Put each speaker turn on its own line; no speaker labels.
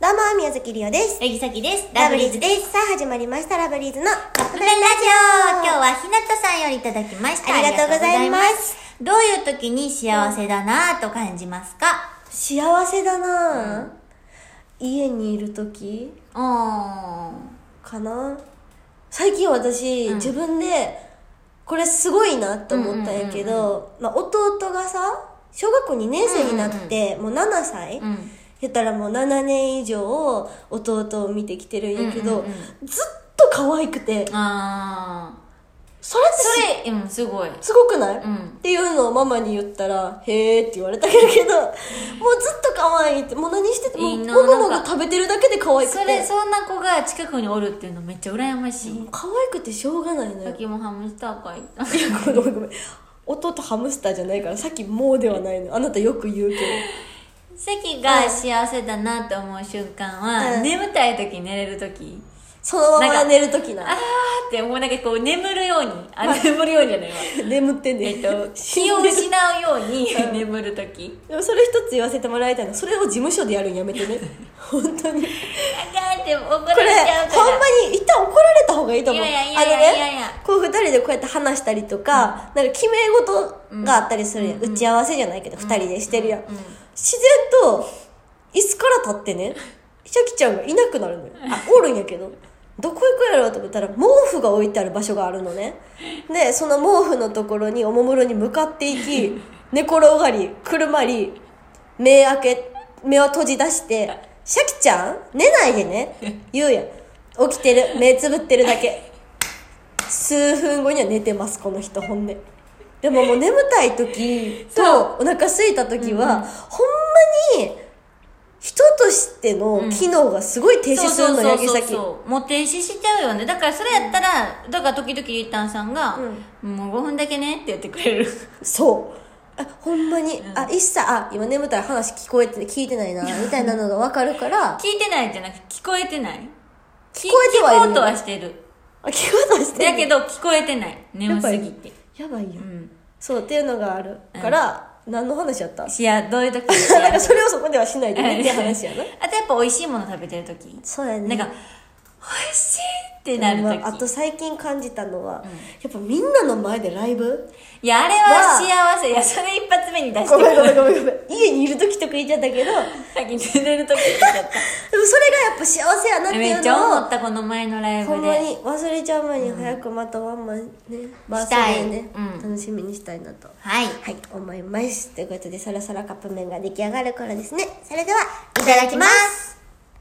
どうも、宮崎りおです。
えぎさきです。
ラブリーズ
で
です。さあ、始まりました、ラブリーズのカップ
す。
麺
ラ
ラ
ジ
ジ
オ
オ
今日はひなたさんよりいただきました。
ありがとうございます
ありがとうございます。どういう時に幸せだなぁと感じますか
幸せだな、ぁ家にいる時
うーん。
かな最近私、自分で、これすごいなって思ったんやけど、まあ、弟がさ、小学校2年生になって、もう7歳、
うん。
言ったらもう7年以上弟を見てきてるんやけど、
うんうん
ずっと可愛くて、
あー。
それってす
それ、うん、すごい。
すごくない、
うん
っていうのをママに言ったら、へーって言われたけど、もうずっと可愛いって、もう何してても、
いいな
もぐもぐ
なんか
食べてるだけで可愛くて。
それ、そんな子が近くにおるっていうのめっちゃ羨ましい。
可愛くてしょうがないの
さ
よ
っ。きもハムスターかい た。
いやごめんごめんごめん。弟ハムスターじゃないから、さっきもうではないの。あなたよく言うけど。
関が幸せだなって思う瞬間は、
うん
眠たい時寝れる時
そのまま寝るときな
あ。ーってもうなんかこう眠るようにあ眠るようにじゃないわ
眠ってんね
え
ん
っと、気を失うよう に眠るとき。
でもそれ一つ言わせてもらいたいの。それを事務所でやるんやめ てね。本当に。
あかんって怒られ
これ
ちゃうから。
ほんまに一旦怒られた方がいいと思う
いやいや
あ
い
の
やいやいやいや
ねこう二人でこうやって話したりとか、なんか決め事があったりするやん、打ち合わせじゃないけど二人でしてるやん、自然と椅子から立ってねシャキちゃんがいなくなるのよあおるんやけどどこ行くやろうと思ったら毛布が置いてある場所があるのねでその毛布のところにおもむろに向かっていき 寝転がりくるまり目開け目を閉じ出して「シャキちゃん寝ないでね」言うやん起きてる目つぶってるだけ数分後には寝てますこの人ほんででももう眠たい時とお腹空いた時は、ほんまに人としての機能がすごい停止するのよ八木
そうそうそう
崎
そうもう停止しちゃうよねだからそれやったらだから時々ゆったんさんが「もう5分だけね」って言ってくれる
そうあほんまに、あ一切あ今眠たい話聞こえて聞いてないなみたいなのが分かるから
聞いてないじゃなくて聞こえてない聞
聞こえてはいる
聞こうとはしてる
あ聞こえたりしてんの
だけど聞こえてない眠すぎて
やばいよ、
ん
そうっていうのがあるから、何の話やった
しやどういう時
なんかそれをそこではしないでねっていう話 やな
あとやっぱ美味しいもの食べてる時
そうやね
なんか「美味しい!」ってなる時
まああと最近感じたのは、やっぱみんなの前でライブ
いや、あれは幸せ。いや、それ一発目に出して
ご
く
めん
れ
ごめんごめんごめん家にいる時とか言っちゃったけどでも
さっき 寝れる時に言っちゃっ。
それがやっぱ幸せやなったて
め
い
っちゃ
うの
思
を
った、この前のライブ
ほんま
で。
に忘れちゃう前に早くまたワンマンね、バースデーね、
したいうん
楽しみにしたいなと
はい。
はい思いますということでそろそろカップ麺が出来上がる頃ですねそれではいただきます